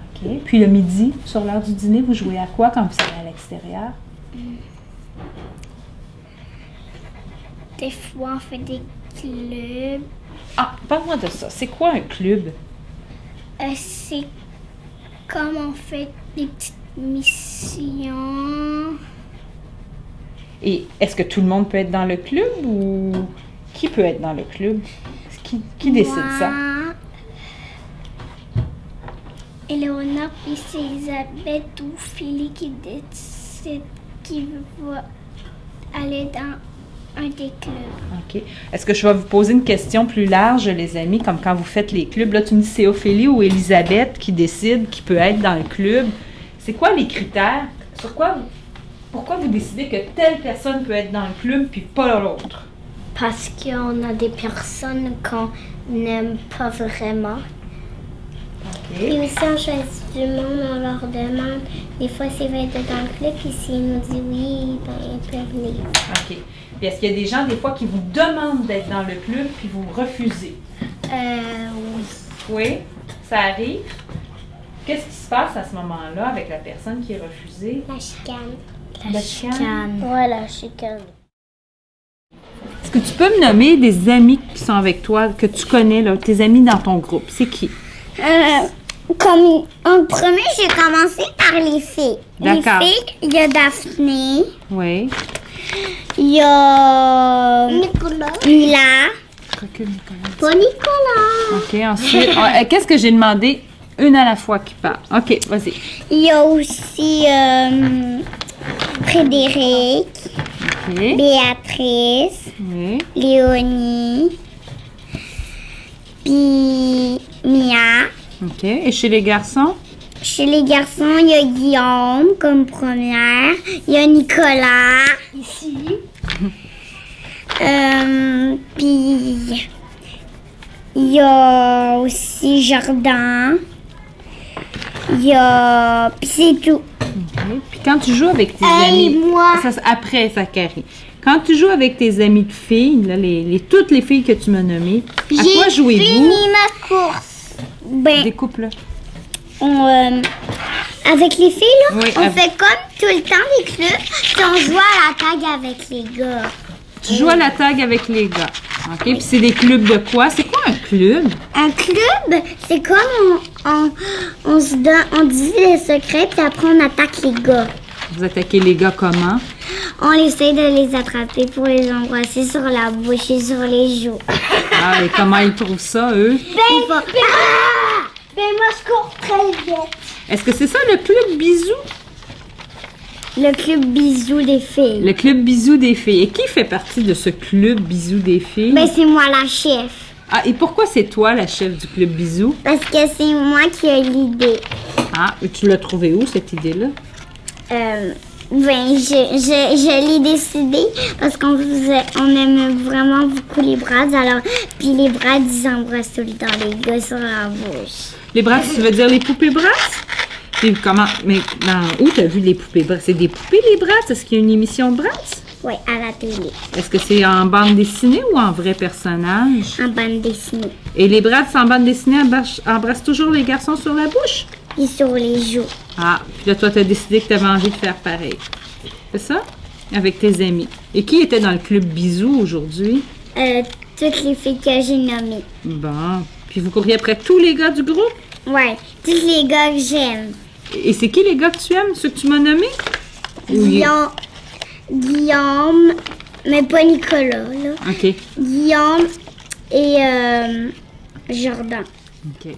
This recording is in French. OK. Puis le midi, sur l'heure du dîner, vous jouez à quoi quand vous allez à l'extérieur? Des fois, on fait des clubs. Ah, parle-moi de ça. C'est quoi un club? Euh, c'est comme on fait des petites missions. Et est-ce que tout le monde peut être dans le club ou qui peut être dans le club? Qui, qui décide ça? Moi, Éléonore, puis c'est Elisabeth ou Philly qui décide qui va aller dans un des clubs. OK. Est-ce que je vais vous poser une question plus large, les amis, comme quand vous faites les clubs? Là, tu me dis c'est Ophélie ou Elisabeth qui décide qui peut être dans le club. C'est quoi les critères? Sur quoi vous- Pourquoi vous décidez que telle personne peut être dans le club puis pas l'autre? Parce qu'on a des personnes qu'on n'aime pas vraiment. OK. Puis aussi, on choisit du monde, on leur demande. Des fois, c'est 22 dans le club, puis s'ils nous disent oui, ben, ils peuvent venir. OK. Puis est-ce qu'il y a des gens, des fois, qui vous demandent d'être dans le club puis vous refusez? Euh, oui. Oui, ça arrive. Qu'est-ce qui se passe à ce moment-là avec la personne qui est refusée? La chicane. La chicane. chicane. Ouais, la chicane. Est-ce que tu peux me nommer des amis qui sont avec toi, que tu connais, là, tes amis dans ton groupe? C'est qui? Euh, comme en premier, j'ai commencé par les filles. D'accord. Les filles, il y a Daphné, Oui. il y a Nicolas, Mila, Recule, Nicolas. pas Nicolas. OK, ensuite, ah, euh, qu'est-ce que j'ai demandé? Une à la fois qui parle. OK, vas-y. Il y a aussi euh, Frédéric, OK. Béatrice, Oui. Léonie, puis Mia. OK. Et chez les garçons? Chez les garçons, il y a Guillaume comme première. Il y a Nicolas. Ici. Euh, Puis, il y a aussi Jardin. Il y a. Puis c'est tout. OK. Hein? Puis quand tu joues avec tes Hey, amis. moi. Ça, c'est après, Zachary. Quand tu joues avec tes amis de filles, là, les, les- toutes les filles que tu m'as nommées, à quoi J'ai jouez-vous? fini ma course. Ben, Découpe-le. on, euh, avec les filles, là, Oui, on av- fait comme tout le temps les clubs, puis on joue à la tag avec les gars. Tu joues à la tag avec les gars. OK? Puis c'est des clubs de quoi? C'est quoi un club? Un club, c'est comme on, on, on se donne, on dit les secrets, puis après on attaque les gars. Vous attaquez les gars comment? On essaie de les attraper pour les embrasser sur la bouche et sur les joues. Ah, et comment ils trouvent ça, eux? Ben, Ah! moi je cours très vite. Est-ce que c'est ça le club bisou? Le club bisou des filles. Le club bisou des filles. Et qui fait partie de ce club bisou des filles? Ben c'est moi la chef. Ah, et pourquoi c'est toi la chef du club bisou? Parce que c'est moi qui ai l'idée. Ah, et tu l'as trouvé où, cette idée-là? Euh, ben je, je, je l'ai décidé parce qu'on faisait- on aime vraiment beaucoup les bras. Alors, puis les bras, ils embrassent tout le temps les gars sur la bouche. Les brasses, tu veux dire les poupées brasses? Puis comment? Mais dans, où t'as vu les poupées brasses? C'est des poupées, les brasses? Est-ce qu'il y a une émission brasses? Oui, à la télé, Est-ce que c'est en bande dessinée ou en vrai personnage? en bande dessinée. Et les brasses en bande dessinée embrassent, embrassent toujours les garçons sur la bouche? Puis sur les joues. Ah, puis là, toi, t'as décidé que t'avais envie de faire pareil. C'est ça? Avec tes amis. Et qui était dans le club bisous aujourd'hui? Euh, toutes les filles que j'ai nommées. Bon. Puis vous couriez après tous les gars du groupe? Ouais, tous les gars que j'aime. Et c'est qui les gars que tu aimes? Ceux que tu m'as nommés? Oui. Guillaume, Guillaume, mais pas Nicolas, là. OK. Guillaume et euh, Jordan. OK.